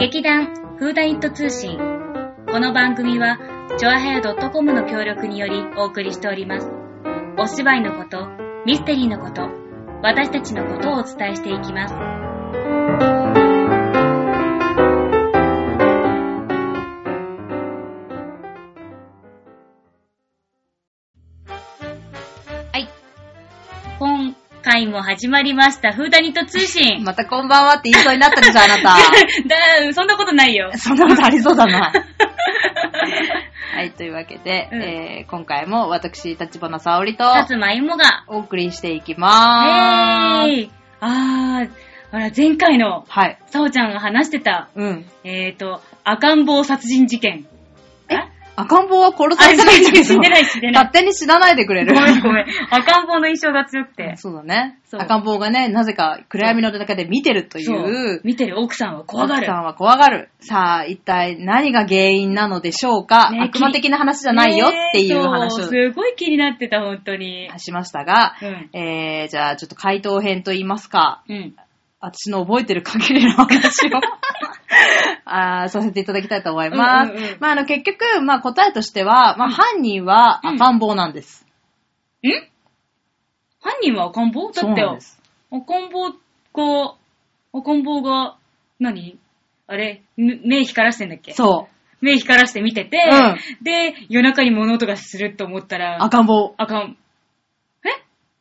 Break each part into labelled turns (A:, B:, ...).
A: 劇団フーダイット通信この番組はチョアヘア .com の協力によりお送りしておりますお芝居のことミステリーのこと私たちのことをお伝えしていきますはい今回も始まりましたフーダニット通信
B: またこんばんはって言いそうになったでしょ、あなた。
A: だそんなことないよ。
B: そんなことありそう だな。はい、というわけで、
A: うん
B: えー今回も私、立花沙織と
A: さつまいもが。
B: お送りしていきまーす。
A: えー、あー、ほら、前回の、
B: はい。
A: さおちゃんが話してた、
B: うん。
A: えーと、赤ん坊殺人事件。え
B: 赤ん坊は殺
A: あ、
B: されてないんだけど
A: 死んでない、死んでない
B: 勝。手に死なないでくれ
A: ご
B: る。
A: めん、ごめん。赤ん坊の印象が強くて。
B: そうだね。
A: そう
B: 赤ん坊がね、なぜか暗闇の中で見てるとい、
A: そう見てる奥さんは怖がる
B: 奥。さんは怖がる。さあ、一体何が原因なのでしょうか、
A: ね
B: 悪魔的な話じゃないよっていう話
A: ね
B: を
A: そうすごい気になってた、本当に。
B: しましたが、
A: うん。
B: えー、じゃあちょっと回答編と言いますか、
A: うん。
B: 私の覚えてる限りの話 をあーさせていただきたいと思います。
A: うんうんうん
B: まあ、あの、結局、まあ、答えとしては、まあ、犯人は
A: うん
B: 赤ん坊なんです。
A: ん犯人は赤ん坊だ
B: そう
A: って
B: なん
A: よ
B: で。す。
A: 赤ん坊が、赤ん坊が、何あれぬ目光らしてんだっけ
B: そう。
A: 目光らして見てて、
B: う
A: で、夜中に物音がすると思ったら、
B: 赤ん坊。
A: あかん。え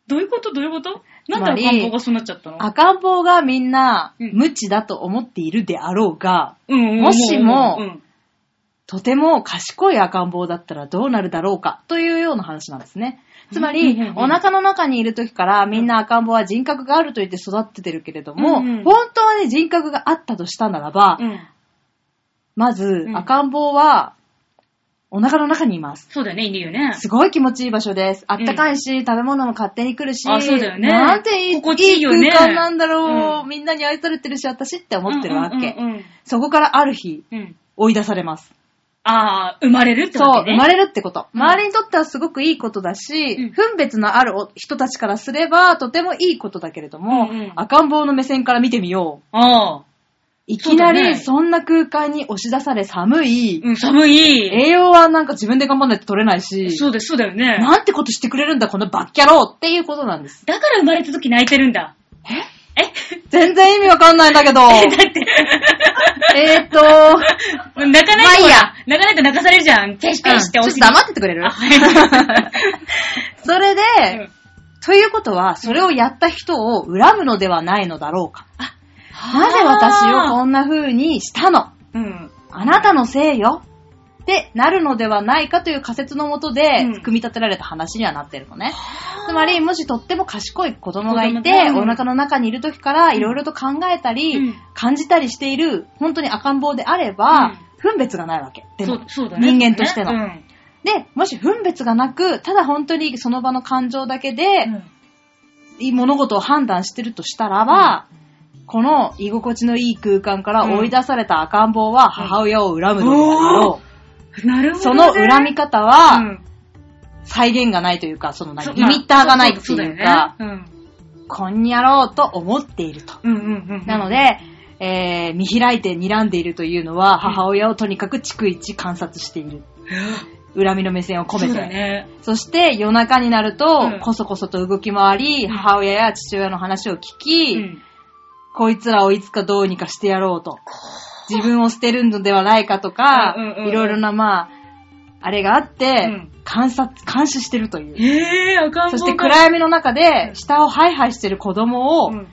A: どういうことどういうこと
B: つ
A: な
B: ま
A: ん
B: り
A: で赤ん坊がそうなっちゃったの
B: 赤ん坊がみんな、
A: うん
B: 無知だと思っているであろうが、
A: うんうん
B: もしも
A: うん
B: とても賢い赤ん坊だったらどうなるだろうかというような話なんですね。つま
A: うん
B: り
A: うんうん、
B: お腹の中にいる時からみんな赤ん坊は人格があると言って育っててるけれど
A: う
B: も、
A: んうん
B: 本当に人格があったとしたならば、
A: うん。
B: まず
A: うん
B: 赤ん坊はお腹の中にいます。
A: そうだよね、いるよね。
B: すごい気持ちいい場所です。あったかいし、食べ物も勝手に来るし、
A: あそうだよね
B: なんていい
A: 心地いいよね
B: いい空間なんだろう、
A: うん
B: みんなに愛されてるし、私って思ってるわけ。
A: うんうん
B: そこからある日、
A: うんうん。
B: 追い出されます。
A: ああ、生まれるって
B: そ
A: わ
B: う、
A: け
B: 生
A: ね。
B: ま
A: れ
B: れるってこと。
A: うん
B: 周りにとってはすごくいいことだし、
A: うん
B: 分別のあるお人たちからすれば、とてもいいことだけれども、
A: うんうん
B: 赤ん坊の目線から見てみよう。
A: ああ。
B: いきな
A: そうだね
B: りそんな空間に押し出され寒い、
A: うん、寒い。
B: 栄養はなんか自分で頑張んないと取れないし、
A: そうだよ、そうだよね。
B: なんてことしてくれるんだ、このバッキャローっていうことなんです。
A: だから生まれた時泣いてるんだ。え
B: 全然意味わかんないんだけ ど。
A: えだって、
B: え ーっと、
A: 泣かないと、
B: まあいいや
A: 泣かないと泣かされるじゃん。ペシペシって押
B: うんちょっと
A: し
B: 黙っててくれる
A: あはい
B: それで、
A: うん
B: ということは、それをやった人を恨むのではないのだろうか。なぜ私をこんな風にしたの
A: うん。
B: あなたのせいよってなるのではないかという仮説のもとで
A: うん、
B: 組み立てられた話にはなってるのね。つまり、もしとっても賢い子供がい
A: 子
B: て、
A: 供が
B: お
A: うん
B: 腹の中にいる時からいろいろと考えたり、
A: うん
B: 感じたりしている、本当に赤ん坊であれば、
A: うん
B: 分別がないわけ。でも
A: そうそうだね。
B: 人間としての
A: うん。
B: で、もし分別がなく、ただ本当にその場の感情だけで、物事を判断してるとしたらば、この居心地のいい空間から追い出された赤ん坊は母親を恨むのであろ
A: なる
B: う。
A: ほど。
B: その恨み方
A: は
B: は、再現がないというか、その何、リミッターがないっていう
A: そ
B: か、。
A: うまあ
B: こんにゃろうと思っていると。
A: そうだよねうんうんうんうん。
B: なの
A: で、
B: で、えー見開いて睨んでいるというのは、母親をとにかく逐一観察している。恨みの目線を込め
A: そう
B: て。
A: だね。
B: そして夜中になると、
A: うん
B: こそこそと動き回り、
A: うん
B: 母親や父親の話を聞き、
A: うん
B: こいつらをいつかどうにかしてやろうと。自分を捨てるのではないかとか
A: うんうんうんう、ん
B: いろいろな、まあ、あれがあって、
A: うん
B: 観察、監視してるという。
A: えー、赤ん坊が。
B: そして暗闇の中で、下をハイハイしてる子供を
A: うん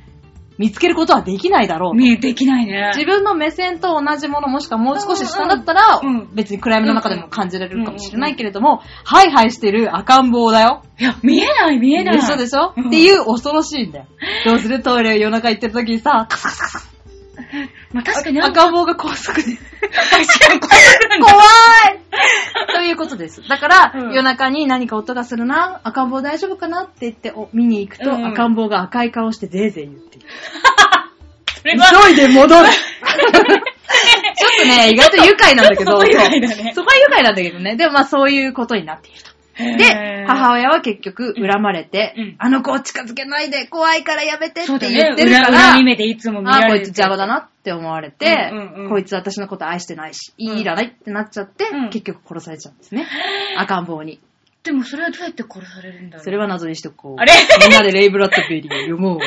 B: 見つけることはできないだろうと。
A: 見えできないね。
B: 自分の目線と同じものもしくはもう少し下だったら
A: うんうん、
B: 別に暗闇の中でも感じられるかもしれないけれども、ハイハイしてる赤ん坊だよ。
A: いや、見えない、見えない。
B: でしょでしょ、
A: うん
B: っていう恐ろしいんだよ。どうするトイレ夜中行ってる時にさ、カサカサカサ
A: まあ確かにあん
B: 赤ん坊が高速で。
A: 確かにこう なんだ
B: 怖いということです。だから、
A: うん
B: 夜中に何か音がするな、赤ん坊大丈夫かなって言ってお見に行くと、
A: うん
B: 赤ん坊が赤い顔してぜいぜい言ってる。
A: それは、
B: 急い で戻るちょっとね、意外と愉快なんだけど、
A: そこ愉快だね
B: そうそこは愉快なんだけどね。でもまあそういうことになっていると。で、母親は結局恨まれて、
A: うん
B: あの子を近づけないで、怖いからやめてっ
A: そうだ
B: て言
A: ね。
B: ってる
A: 裏
B: か
A: 裏
B: ら、
A: に目でいつも見ら
B: あ
A: れ
B: あ、
A: る。
B: こいつ邪魔だなって思われて、
A: うんうんうん
B: こいつ私のこと愛してないし、
A: うん
B: いらないってなっちゃって、
A: うん
B: 結局殺されちゃうんです ね。赤ん坊に。
A: でもそれはどうやって殺されるんだろう。
B: それは謎にしとこう。
A: あれ
B: みんなでレイブラッドベリーを 読もう。
A: わ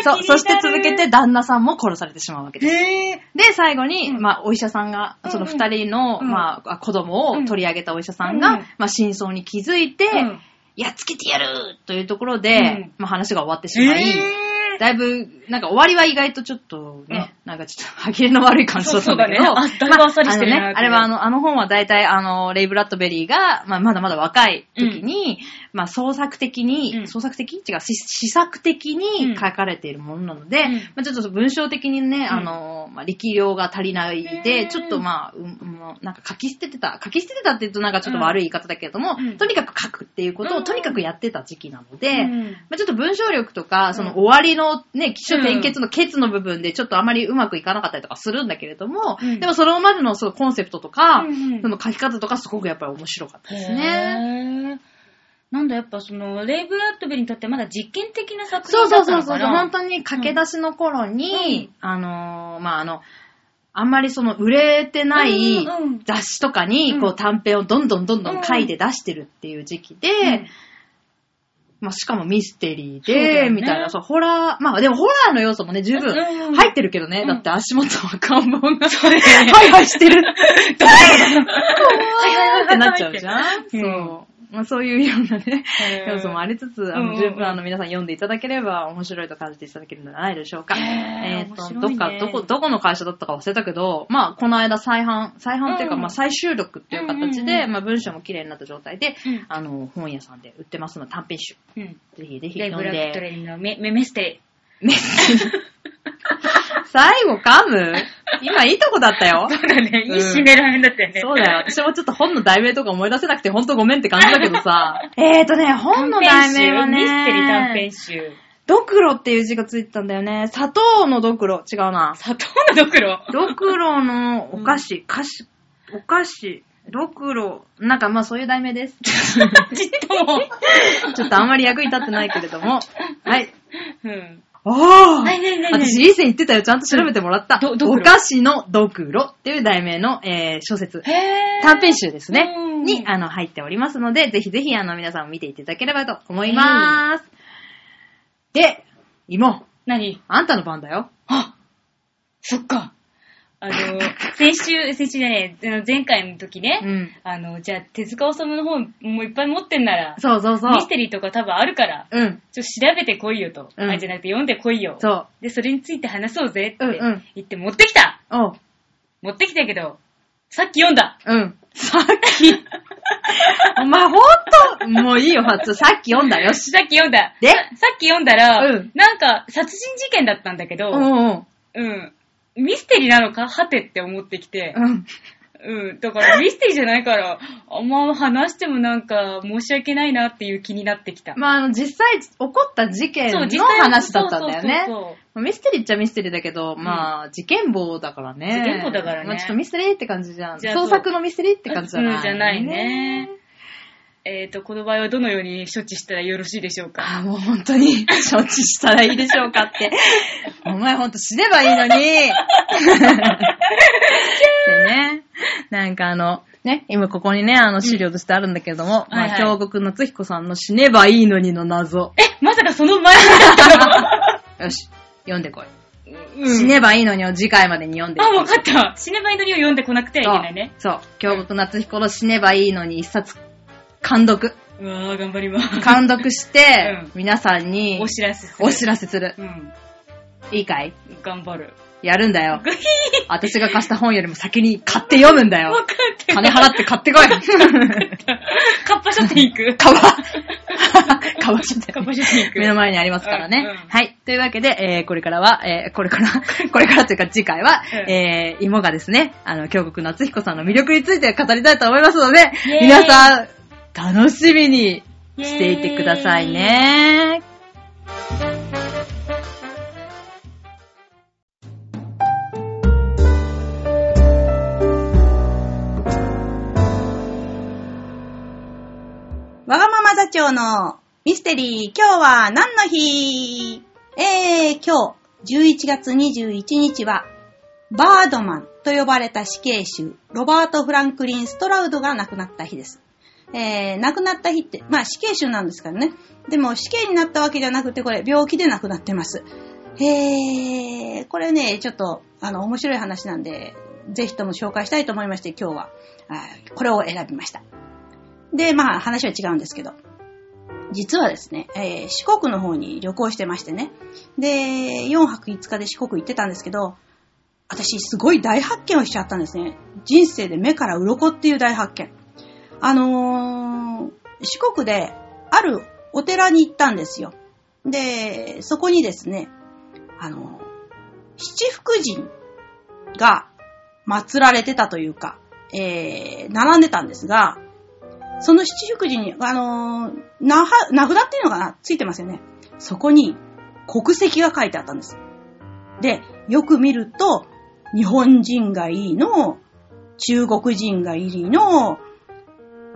B: そう、そして続け。て旦那さんも殺されてしまうわけ
A: 気
B: です。
A: になるへえ。
B: で、最後に、
A: うん
B: まあ、お医者さんが
A: うんう、ん
B: その二人の、
A: うん
B: まあ、子供を取り上げたお医者さ
A: う
B: ん
A: ん
B: が、
A: うん
B: まあ、真相に気づいて、
A: うん
B: やっつけてやるというところで、
A: うん
B: まあ、話が終わってしまい、
A: えー
B: だいぶ、なんか終わりは意外とちょっとね、なんかちょっと歯切れの悪い感じだったんだけど。
A: そうそうだねあだいぶあっさりしてるな
B: まああのね、あれはあの、あの本は大体あの、レイブ・ラッドベリーが、まあまだまだ若い時に、まあ創作的に、
A: うん
B: 創作的違う、し試作的
A: うん
B: に書かれているものなので、
A: うん
B: まあちょっと文章的にね、
A: ん
B: あの、まあ力量が足りない
A: へ
B: で、
A: ー
B: ちょっとまあ、うんうんなんか書き捨ててた、書き捨ててたって言うとなんかちょっと悪い言い方だけれども、
A: うん
B: とにかく書くっていうこと
A: う
B: を
A: ん
B: とにかくやってた時期なの
A: う
B: で、
A: ん
B: まあ、ちょっと文章力とか、そ
A: うん
B: の終わりのね、起承
A: うん
B: 転結の結の部分でちょっとあまりうまくいかなかったりとかするんだけれども、
A: うん
B: でもそれまでのそのコンセプトとか、
A: うんうん
B: その書き方とかすごくやっぱり面白かったですね。
A: へーなんだやっぱその、レイブ・ラッドベリーにとってまだ実験的な作
B: そう
A: 品
B: そ
A: だ
B: う
A: った
B: そ
A: の
B: うそ
A: か
B: う、
A: な
B: 本当に駆け出しの頃に、あのーまあ、あの、あんまりその売れてな
A: う
B: い
A: んうんうん
B: 雑誌とかに、こう短編をどんどんどんどん書いて出してるっていう時期で、
A: うん
B: まあ、しかもミステリー
A: そうだよ
B: で、
A: ね
B: みたいな、そう、ホラー、まあでもホラーの要素もね、十分
A: うん
B: 入ってるけどね、
A: うん
B: だって足元は赤ん坊が、
A: そうだよね
B: はいはいして る。ドカーン
A: はいはいはい
B: ってなっちゃうじゃん。
A: うん
B: そう。まあそういうようなね
A: へ、ー
B: 要素もありつつ、あ
A: うんうんう
B: の、
A: ん
B: 十分あの、皆さん読んでいただければ面白いと感じていただけるのではないでしょうか。
A: へー
B: えっと、
A: 面
B: ど
A: 白い
B: っ
A: ね
B: か、どこ、どこの会社だったか忘れたけど、まあ、この間再販、再販っていうか、
A: うん
B: まあ、再収録っていう形
A: うんうん
B: で、
A: うん
B: まあ、文章も綺麗になった状態で
A: うん、
B: あの、本屋さんで売ってますので、短編集。
A: うん
B: ぜひぜひ
A: レイブ・
B: 読ん
A: ラッド
B: で。
A: ベリーのメメメステ
B: ね最後 噛む今いいとこだったよ。
A: そうだね。
B: うん
A: いいシネラ編だったよね。
B: そうだよ。私もちょっと本の題名とか思い出せなくて、ほんとごめんって感じだけど さ。えーとね、本の題名はね、
A: ミステリー短編集。
B: ドクロっていう字がついてたんだよね。砂糖のドクロ。違うな。
A: 砂糖のドク ロ。
B: ドクロのお菓子、菓子、お菓子、ドクロ。なんかまあそういう題名です。
A: ちっとも。
B: ちょっとあんまり役に立ってないけれ ども。はい。
A: うん。
B: ああ
A: ないないないない
B: 私、以前言ってたよ。ちゃんと調べてもらった。
A: どどこ
B: お菓子のドクロっていう題名の、えー小説。
A: へ
B: 短編集ですね
A: うん。
B: に、あの、入っておりますので、ぜひぜひ、あの、皆さんも見ていただければと思います。で、妹、
A: 何
B: あんたの番だよ。
A: あそっか。あの、先週、先週じゃねえ、あの前回の時ね、
B: うん
A: あの、じゃあ、手塚治虫の本もういっぱい持ってんなら、
B: そうそうそう
A: ミ。ステリーとか多分あるから、
B: うん。
A: ちょっと調べてこいよと。
B: うん
A: あ、じゃなくて読んでこいよ。
B: そう。
A: で、それについて話そうぜって
B: うんうん
A: 言って持ってきた
B: おう。
A: 持ってきたけど、さっき読んだ
B: うん。さっ き。お前ほんと、もういいよ、初。さっき読んだよ。よし。
A: さっき読んだ
B: で
A: ささっき読んだら、
B: うん
A: なんか殺人事件だったんだけど、
B: うんうん。
A: うんミステリーなのかはてって思ってきて、
B: うん。
A: うん。だからミステリーじゃないから、あんま話してもなんか申し訳ないなっていう気になってきた。
B: まあ、あの、実際起こった事件
A: そう
B: の
A: 実際の
B: 話だったんだ
A: そ
B: よね。
A: うそうそうそう
B: まあミステリーっちゃミステリーだけど、まあ、事件簿だからね。
A: 事件簿だからね
B: まあ、ちょっとミステリーって感じじゃん。
A: じゃあそう
B: 創作のミステリーって感じじゃない、
A: うんじゃないね。えっ、と、この場合はどのように処置したらよろしいでしょうか。
B: ああ、もう本当に承知したらいいでしょうかって。お前ほんと死ねばいいのに。でね。なんかあの、ね、今ここにね、あの資料としてあるんだけれども、
A: うんはい
B: ま
A: はい
B: あ、京極夏彦さんの死ねばいいのにの謎。
A: え、まさかその前 にだった
B: よし、読んでこい。
A: の、
B: 死ねばいいのにを次回までに読んで
A: あ、わかった。死ねばいいのにを読んでこなくてはいけないね。
B: そう。京極夏彦の死ねばいいのに一冊、監読。
A: うわー、頑張ります。
B: 監読して、
A: うん
B: 皆さんに
A: お知らせする。
B: お知らせする。
A: うん。
B: いいかい
A: 頑張 る。
B: やるんだよ
A: グ。ヒ
B: 私が貸した本よりも先に買って読むんだ
A: ーわ
B: よ。
A: かって
B: 金払って買っ てこい。
A: カッパ書店行く。
B: かわ、 かわして
A: カッパ書店行く。
B: 目の前にありますからね。
A: うんうん
B: はい。というわけで、えー、これからは、えー、これから、 これからというか次回は、
A: うん
B: えー、芋がですね、あの、京極夏彦さんの魅力について語りたいと思いますので
A: イエーイ、
B: 皆さん、楽しみにしていてくださいね。
C: 長のミステリー、今日は何の日えー、今日、11月21日は、バードマンと呼ばれた死刑囚、ロバート・フランクリン・ストラウドが亡くなった日です。えー、亡くなった日って、まあ死刑囚なんですからね。でも死刑になったわけじゃなくて、これ病気で亡くなってます。へー、これね、ちょっと、あの、面白い話なんで、ぜひとも紹介したいと思いまして、今日は、あーこれを選びました。で、まあ話は違うんですけど、実はですね、えー四国の方に旅行してましてね、で、4泊5日で四国行ってたんですけど、私すごい大発見をしちゃったんですね。人生で目から鱗っていう大発見。あのー四国であるお寺に行ったんですよ。で、そこにですね、あのー七福神が祀られてたというか、えー、並んでたんですが、その七福神に、あのーなは、名札っていうのがなついてますよね。そこに国籍が書いてあったんです。で、よく見ると、日本人がいいの、中国人がいいの、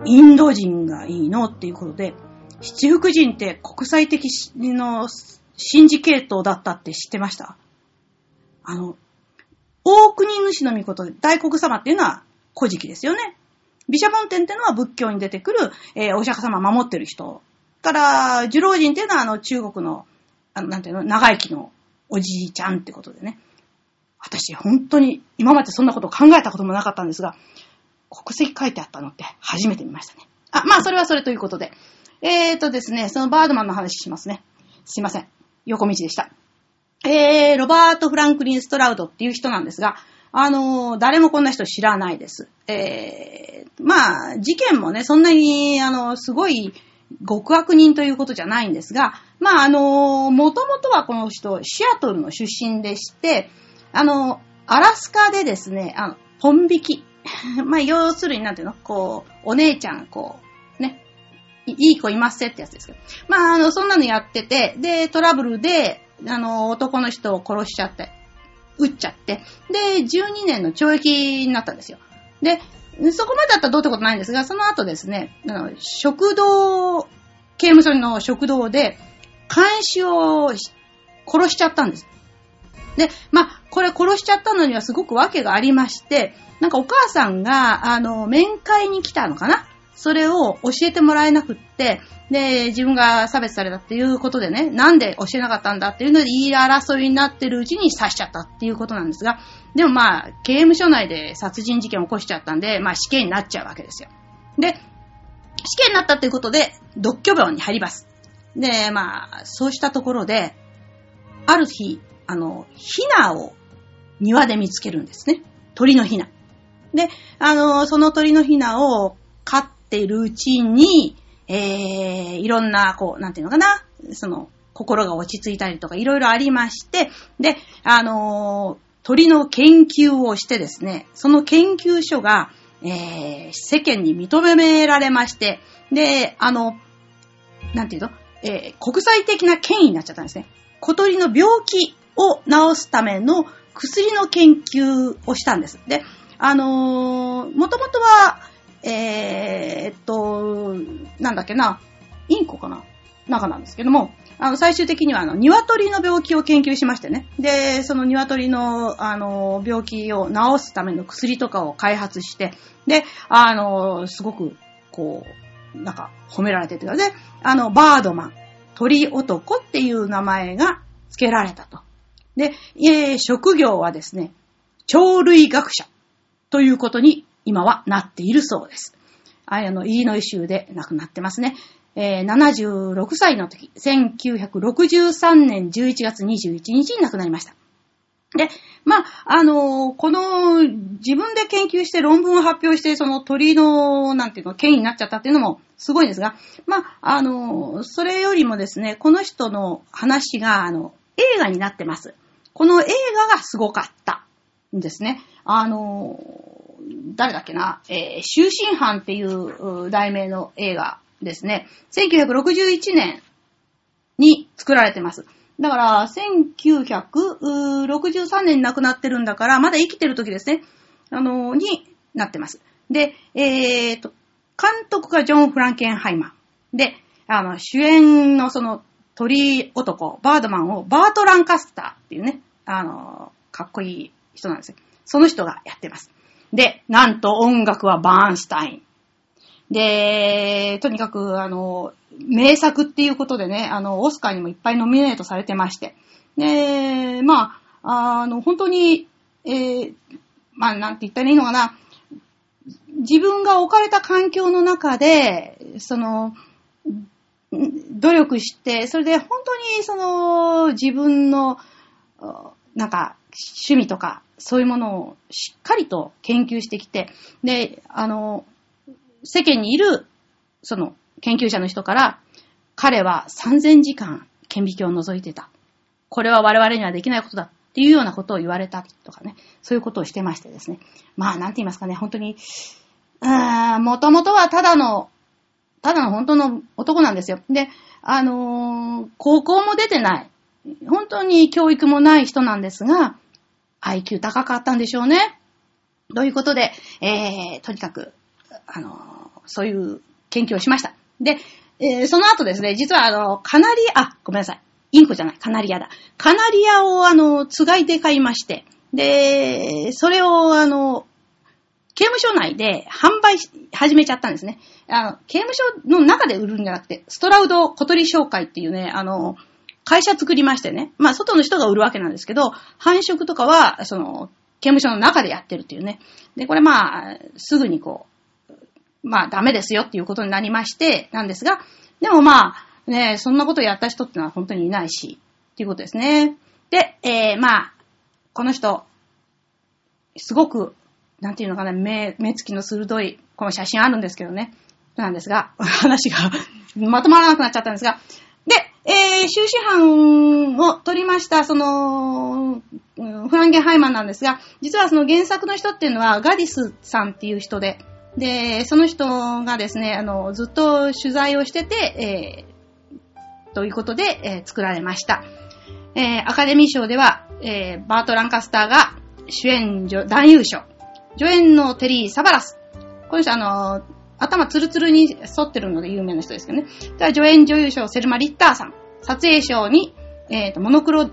C: インド人がいいのっていうことで、七福神って国際的しの神事系統だったって知ってましたあの、大国主の御事で大黒様っていうのは古事記ですよね。毘沙門天っていうのは仏教に出てくる、えーお釈迦様を守ってる人。から、寿老人っていうのはあの中国の、あの、なんていうの、長生きのおじいちゃんってことでね。私、本当に今までそんなこと考えたこともなかったんですが、国籍書いてあったのって初めて見ましたね。あ、まあ、それはそれということで。えーとですね、そのバードマンの話しますね。すいません。横道でした。えー、ロバート・フランクリン・ストラウドっていう人なんですが、あのー誰もこんな人知らないです。えー、まあ、事件もね、そんなに、あのすごい、極悪人ということじゃないんですが、まあ、あのー、もともとはこの人、シアトルの出身でして、あのアラスカでですね、あの、ポン引き。 まあ、要するになんていうのこう、お姉ちゃん、こう、ね、いいい子いますせってやつですけど。まあ、あの、そんなのやってて、で、トラブルで、あの、男の人を殺しちゃって、撃っちゃって、で、12年の懲役になったんですよ。で、そこまでだったらどうってことないんですが、その後ですね、あの食堂、刑務所の食堂で、監視をし殺しちゃったんです。で、まあ、これ殺しちゃったのにはすごく訳がありまして、なんかお母さんが、あの、面会に来たのかなそれを教えてもらえなくって、で、自分が差別されたっていうことでね、なんで教えなかったんだっていうので、言い争いになってるうちに刺しちゃったっていうことなんですが、でもまあ、刑務所内で殺人事件を起こしちゃったんで、まあ死刑になっちゃうわけですよ。で、死刑になったということで、独居病に入ります。で、まあ、そうしたところで、ある日、あの、ヒナを庭で見つけるんですね。鳥のヒナ。で、あの、その鳥のヒナを飼っているうちに、えー、いろんな、こう、なんていうのかな、その、心が落ち着いたりとか、いろいろありまして、で、あのー鳥の研究をしてですね、その研究所が、えー、世間に認められまして、で、あの、なんていうの、えー国際的な権威になっちゃったんですね。小鳥の病気を治すための薬の研究をしたんです。で、あのー、もともとは、えーっと、なんだっけな、インコかな中なんですけども、あの、最終的には、あの、鶏の病気を研究しましてね。で、その鶏の、あの、病気を治すための薬とかを開発して、で、あの、すごく、こう、なんか、褒められてて、で、あの、バードマン、鳥男っていう名前が付けられたと。で、えー職業はですね、鳥類学者ということに今はなっているそうです。ああの、イリノイ州で亡くなってますね。えー76歳の時、1963年11月21日に亡くなりました。で、まあ、あのーこの、自分で研究して論文を発表して、その鳥の、なんていうの、権威になっちゃったっていうのもすごいんですが、まあ、あのーそれよりもですね、この人の話が、あの、映画になってます。この映画がすごかったんですね。あのー誰だっけな、えー終身犯っていううー題名の映画ですね。1961年に作られてます。だから、1963年に亡くなってるんだから、まだ生きてる時ですね。あのーになってます。で、えーと、監督がジョン・フランケンハイマー。で、ああの、主演のその鳥男、バードマンをバート・ランカスターっていうね、あの、かっこいい人なんですよ。その人がやってます。で、なんと音楽はバーンスタイン。で、とにかく、あの、名作っていうことでね、あの、オスカーにもいっぱいノミネートされてまして。で、まあ、あの、本当に、えーまあ、なんて言ったらいいのかな、自分が置かれた環境の中で、その、ん努力して、それで本当にその自分の、あなんか、趣味とか、そういうものをしっかりと研究してきて、で、あの、世間にいる、その、研究者の人から、彼は3000時間、顕微鏡を覗いてた。これは我々にはできないことだ。っていうようなことを言われたとかね、そういうことをしてましてですね。まあ、なんて言いますかね、本当に、うーん、もともとはただの、ただの本当の男なんですよ。で、あのー高校も出てない。本当に教育もない人なんですが、IQ 高かったんでしょうね。ということで、えー、とにかく、あのーそういう研究をしました。で、えーその後ですね、実はあの、カナリア、あ、ごめんなさい。インコじゃない、カナリアだ。カナリアをあの、つがいで買いまして、で、それをあの、刑務所内で販売し始めちゃったんですね。あの、刑務所の中で売るんじゃなくて、ストラウド小鳥商会っていうね、あの、会社作りましてね。まあ、外の人が売るわけなんですけど、繁殖とかは、その、刑務所の中でやってるっていうね。で、これまあ、すぐにこう、まあ、ダメですよっていうことになりまして、なんですが、でもまあ、ね、そんなことやった人ってのは本当にいないし、っていうことですね。で、えー、まあ、この人、すごく、なんていうのかな、目、目つきの鋭い、この写真あるんですけどね。なんですが、 話がまとまらなくなっちゃったんですが。で、えー、修士班を取りました、その、うんフランゲンハイマンなんですが、実はその原作の人っていうのは、ガディスさんっていう人で、で、その人がですね、あの、ずっと取材をしてて、えー、ということで、えー作られました。えーアカデミー賞では、えーバート・ランカスターが主演女男優賞。助演のテリー・サバラス。この人、あのー頭ツルツルに沿ってるので有名な人ですけどね。では、助演女優賞、セルマ・リッターさん。撮影賞に、えーと、モノクロ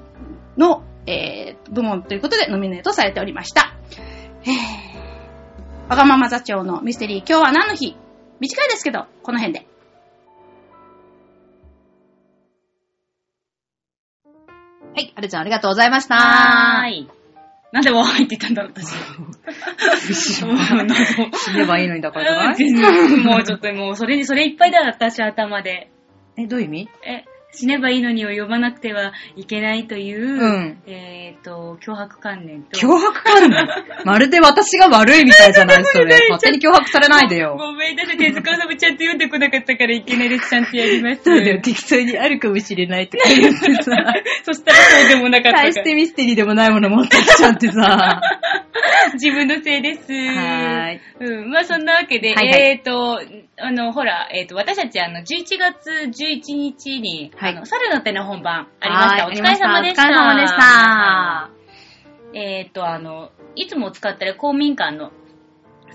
C: の、えー部門ということでノミネートされておりました。えーわがまま座長のミステリー、今日は何の日短いですけど、この辺で。
B: はい、あるちゃんありがとうございました。
A: は ーい。なんでわーいって言ったんだろう、私。うん謎
B: 死ねばいいのにだからじゃない
A: 全然、もうちょっと、もうそれに、それいっぱいだ、私頭で。
B: え、どういう意味
A: え、死ねばいいのにを呼ばなくてはいけないという、
B: うん
A: えっ、と、脅迫観念と。
B: 脅迫観念 まるで私が悪いみたいじゃない、そ れ。勝手に脅迫されないでよ。
A: ごめんなさい、手塚治虫ちゃんと読んでこなかったからいけないです、ちゃんとやります。
B: そうだよ、適当にあるかもしれない とか言ってさ、
A: そしたらそうでもなかったから。
B: 大してミステリーでもないもの持ってきちゃってさ。
A: 自分のせいです。
B: はーい。
A: うん。まあそんなわけで、
B: はいはい
A: えっ、と、あの、ほら、えっ、と、私たちあの、11月11日に、
B: はい
A: あの、猿の手の本番ありました。お
B: は
A: 疲
B: い
A: れ様でした。
B: お疲れ様でした
A: えっ、と、あの、いつも使ってる公民館の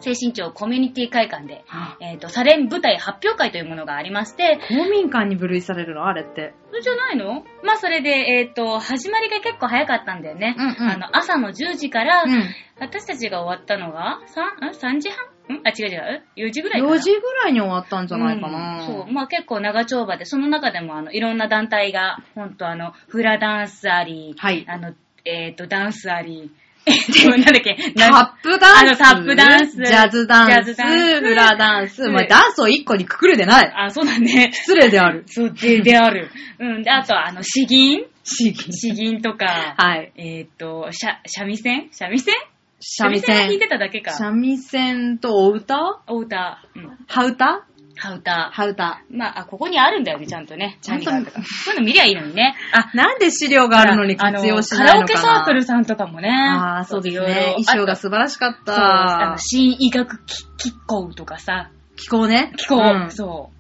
A: 精神庁コミュニティ会館で、えっ、と、サレン舞台発表会というものがありまして、
B: 公民館に部類されるのあれって。
A: それじゃないのまあそれで、えっ、と、始まりが結構早かったんだよね。
B: うんうん
A: あの、朝の10時から、
B: うん。
A: 私たちが終わったのが、3、ん ?3 時半んあ、違う違う。4時ぐらいかな。
B: 4時ぐらいに終わったんじゃないかな。
A: うんそう。まあ結構長丁場で、その中でもあの、いろんな団体が、ほんとあの、フラダンスあり、
B: はい
A: あの、えっ、と、ダンスあり、 えっと、なんだっけ、なん
B: タップダンス。
A: あのタップダンス
B: ジャズダン
A: ジャズ
B: ス。
A: ダンス
B: フラダンス。
A: うん
B: まあ、ダンスを一個にくくるでない。
A: あ、そうだね。
B: 失礼である。
A: そう、で、である。うん。で、あと、あの、詩吟
B: シーキン
A: 詩吟とか、
B: はい。
A: えっ、と、しゃ、三味線三味線
B: 三味
A: が弾い
B: 線
A: て。ただけか。
B: 三味線とお歌
A: お歌、うん。
B: 羽歌
A: は歌。
B: 羽歌。
A: まああ、ここにあるんだよね、ちゃんとね。
B: ちゃんと
A: 何があるかそういうの見りゃいいのにね。あ、
B: なんで資料があるのに活用しないのかな
A: あのカラオケサークルさんとかもね。
B: ああ、そうです
A: いろいろ
B: ね。衣装が素晴らしかっ
A: そうあ
B: た
A: の、。新医学機構とかさ、
B: 気候ね。
A: 機構、
B: うん
A: そ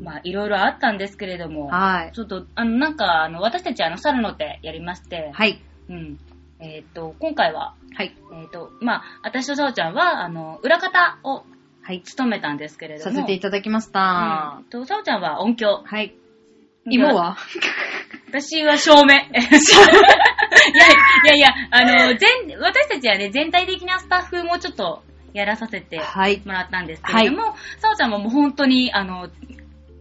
A: う。まあ、いろいろあったんですけれども、
B: はい。
A: ちょっと、あの、なんか、あの、私たち、あの、猿の手やりまして、
B: はい。
A: うん。えっ、と、今回は、
B: はい。
A: えっ、と、まあ、私とさおちゃんは、あの、裏方を
B: はい。
A: 務めたんですけれども。
B: させていただきまし
A: う
B: た
A: ん。。と、さおちゃんは音響。
B: はい。芋は
A: 私は照明。い やいやいや、あの、全、私たちはね、全体的なスタッフもちょっとやらさせて
B: はい。
A: もらったんですけれども、さおちゃんももう本当に、あの、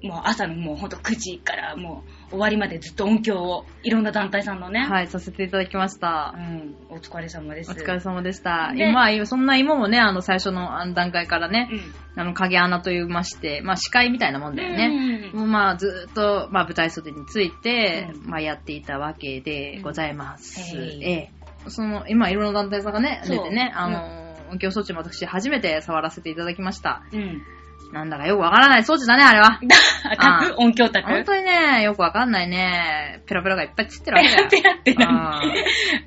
A: もう朝のもうほんと9時からもう終わりまでずっと音響を、いろんな団体さんのね、
B: はい、させていただきまし
A: う
B: た。
A: ん、お疲れ様で
B: お
A: す。
B: 疲れ様でした。
A: ね
B: 今、そんな芋もね、あの、最初のあの段階からね、
A: うん
B: あの、影穴と言いまして、まあ、司会みたいなもんだよね。
A: うん
B: もうまあ、ずーっと、まあ、舞台袖について、
A: うん
B: まあ、やっていたわけでございます。
A: うんへい
B: ええ。その、今、いろんな団体さんがね、
A: そ
B: 出
A: う
B: てね、あのー、音響装置も私、初めて触らせていただきました。
A: うん。
B: なんだかよくわからない装置だね、あれ は。
A: あ
B: あ
A: 卓音響卓
B: 本当にね、よくわかんないね。ペラペラがいっぱいついてるわけだ よ。
A: ペラって何
B: あ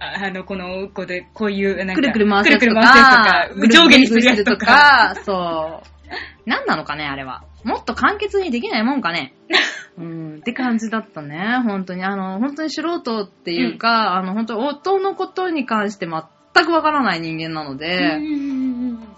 A: ああの、この、こで、こういう、なんか、
B: ーくるくる回す
A: くる
B: や
A: く
B: つと
A: る回す
B: か
A: や、つとか、上下にするやつとか。
B: ぐるぐるするやつとか そう。なんなのかね、あれは。もっと簡潔にできないもん かね。うん、って感じだったね、本当に。あの、本当に素人っていうか、あの、本当音のことに関して全くわからない人間なの
A: う
B: で、
A: んうん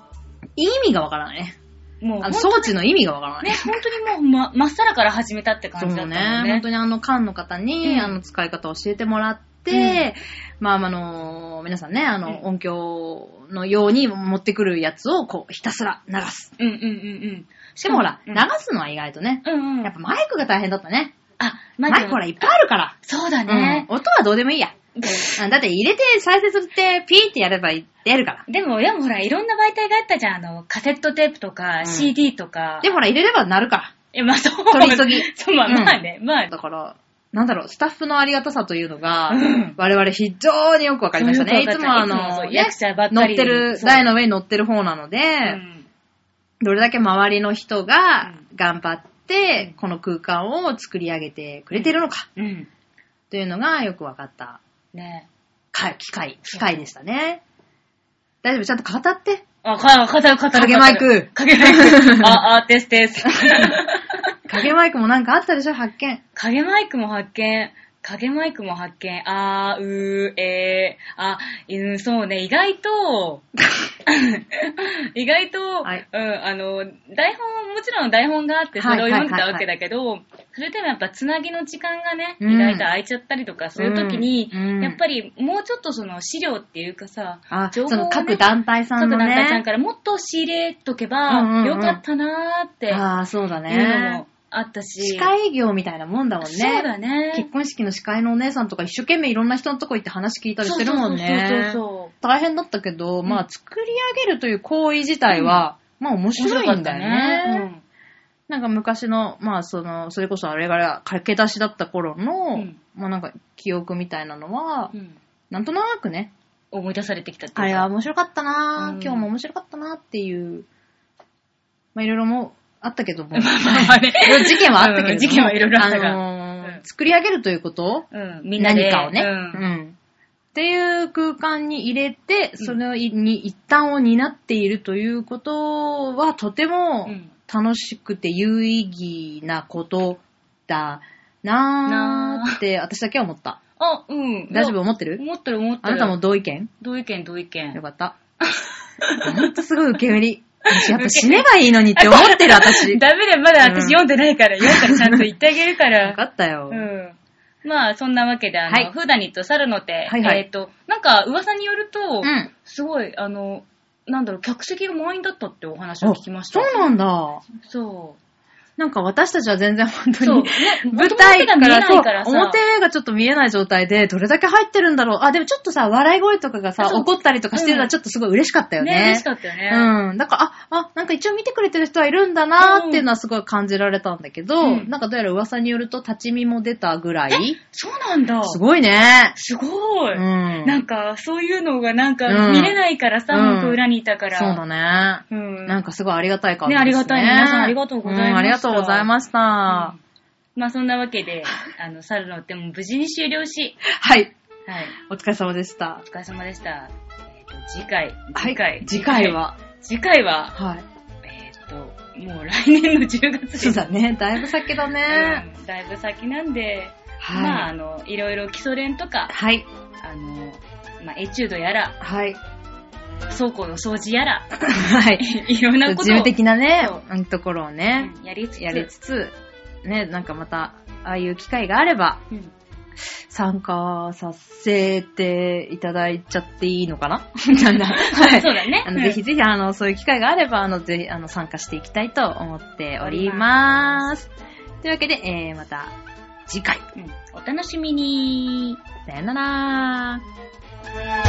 B: 意味がわからないね。
A: うんもう、ほ
B: あ
A: ん
B: の
A: と
B: 装置の意味がわからない
A: ね、。本当にもう、ま、まっさらから始めたって
B: そ
A: 感
B: う
A: じだったもんね。
B: 本当にあの、缶の方に、
A: うん
B: あの、使い方を教えてもらって、まあ、あの、皆さんね、あの、
A: うん
B: 音響のように持ってくるやつを、こう、ひたすら流す。
A: うんうんうんうん。し
B: でもほら、
A: う
B: 流
A: ん
B: すのは意外とね、
A: うんうん。
B: やっぱマイクが大変だったね。
A: あ、マ
B: マイ
A: ジ
B: クほら、いっぱいあるから。
A: そうだ
B: うん
A: ね。
B: 音はどうでもいいや。うんだって入れて再生するって、ピーってやれば出るから。
A: でも、でもほら、いろんな媒体があったじゃん。あの、カセットテープと
B: う
A: か、
B: ん
A: CD とか。
B: でもほら、入れればなるか
A: え、まあ、そう。
B: 取り急ぎ
A: そう、 まあ、
B: うん
A: まあね、まあ
B: ら。。だから、なんだろう、スタッフのありがたさというのが、
A: ん
B: 我々非常によくわかりましたね。い
A: そうよ
B: つ
A: く
B: もあ
A: わかったいつも
B: の、
A: そう
B: ね
A: 役者ばっ
B: 乗
A: か
B: っ
A: り
B: てる、
A: そう
B: 台の上に乗ってる方なので、
A: うん
B: どれだけ周りの人が頑張っ
A: うん
B: て、この空間を作り上げてくれてるのか、
A: うん。
B: というのがよく分かった
A: ね
B: か機会、機会でしたね。大丈夫ちゃんと語って。
A: あ、か、かたる、かたる。
B: 影マイク
A: 影マイク。 あ、アーティストです。
B: 影マイクもなんかあったでしょ発見。
A: 影マイクも発見。影マイクも発見。あー、うー、えー、あ、うん、そうね、意外 と、意外と、
B: はい
A: うん、あの、台本、もちろん台本があって、それを読んで
B: はいはいはい
A: た
B: はい
A: わけだけど、それでもやっぱつなぎの時間がね、
B: うん
A: 意外と空いちゃったりとかするときに、
B: うんうん
A: やっぱりもうちょっとその資料っていうかさ、
B: あ、
A: 情報をね
B: その各団体さん
A: 各
B: の
A: 団体さん
B: ね。
A: からもっと仕入れとけ
B: うんうんう
A: ば、
B: ん
A: よかったなーって、いう
B: ああ、そうだ
A: の
B: ね
A: も。あったし。
B: 司会業みたいなもんだもんね。
A: そうだね。
B: 結婚式の司会のお姉さんとか一生懸命いろんな人のとこ行って話聞いたりしてるもんね。
A: そうそうそう
B: 大変だったけど、まあ作り上げるという行為自体は、まあ面
A: そう。
B: 白いんだよ
A: 面白
B: ね。
A: かったね。
B: なんか昔の、まあその、それこそあれが駆け出しだった頃の、
A: うん
B: まあなんか記憶みたいなのは、
A: うんうん
B: なんとなくね、
A: 思い出されてきたっていうか
B: あれは面白かったなぁ、
A: うん
B: 今日も面白かったなっていう、まあいろいろもあったけど
A: ま
B: も、
A: あね
B: いろいろ 事件はあったけれども、
A: うん事件はいろいろあったが
B: のー
A: うん
B: 作り上げるということ
A: うん、みんなで。
B: 何かをね、
A: う
B: うん
A: ん。
B: っていう空間に入れて、
A: うん
B: それに一端を担っているということは、とても
A: うん
B: 楽しくて有意義なことだなーって、私だけは思った。
A: あ、うん。
B: 大丈夫
A: 夫
B: 思ってる
A: 思ってる思ってる。
B: あなたも同意見
A: 同意見同意見
B: よ。か った。ほんとすごい受け売り。私やっぱ死ねばいいのにって思ってる私。よ
A: ダ メだよ、まだ
B: うん
A: 私読んでないから、読んだらちゃんと言ってあげるか。
B: からったよ
A: う。ん。まあ、そんなわけで、あ
B: はい
A: の、フーダニット、猿の手、
B: はいはい
A: えっと、なんか、噂によると、
B: うん。
A: すごい、あの、なんだろう、客席が満員だったってお話を聞きました。
B: そうなんだ。
A: そう。
B: なんか私たちは全然本当
A: そう
B: に
A: ね
B: 舞台
A: 元々手が
B: か
A: 見えな
B: ら
A: い
B: そう
A: からさ
B: 表がちょっと見えない状態でどれだけ入ってるんだろう。あ、でもちょっとさ、笑い声とかがさ、
A: そう
B: 怒ったりとかしてるの
A: う
B: は
A: ん
B: ちょっとすごい嬉しかったよね。
A: ね、嬉しかったよね。
B: うん。だから、あ、あ、なんか一応見てくれてる人はいるんだなーっていうのはすごい感じられたんだけど、
A: うん
B: なんかどうやら噂によると立ち見も出たぐらい。
A: そうなんだ。
B: すごいね。
A: すご
B: う
A: い。
B: ん。
A: なんか、そういうのがなんか
B: うん
A: 見れないからさ、
B: うん
A: 本当裏にいたから。
B: そうだね。
A: うん。
B: なんかすごいありがたい感じ
A: ね
B: ですね。
A: ありがたい皆さんありがとうございました
B: んありがとうございました。
A: うんまあそんなわけで、あの、猿の手も無事に終了し、
B: はい。
A: はい、
B: お疲れ様でした
A: お。疲れ様でした。えっ、と、次回、
B: は
A: 次
B: い
A: 回、
B: 次回、は。
A: 次回は、
B: はい。
A: えっ、と、もう来年の10月です。
B: そうだね。だいぶ先だね。
A: うんだいぶ先なんで、まあ、
B: は
A: あ
B: い。
A: の、いろいろ基礎練とか、
B: はい。
A: あの、まあ、エチュードやら、
B: はい。
A: 倉庫の掃除やら、
B: はい。
A: いろんなこ
B: 事
A: とを
B: 務的なね
A: そう、
B: うんところをね、
A: うんやりつつ、
B: やりつつ、ね、なんかまた、ああいう機会があれば、
A: うん
B: 参加させていただいちゃっていいの かななんだ。はい。
A: そうだね。
B: あの、
A: うん
B: ぜひぜひ、あの、そういう機会があれば、あの、ぜひ、あの、参加していきたいと思っております。というわけで、えー、また、次回。
A: うんお楽しみに。
B: さよなら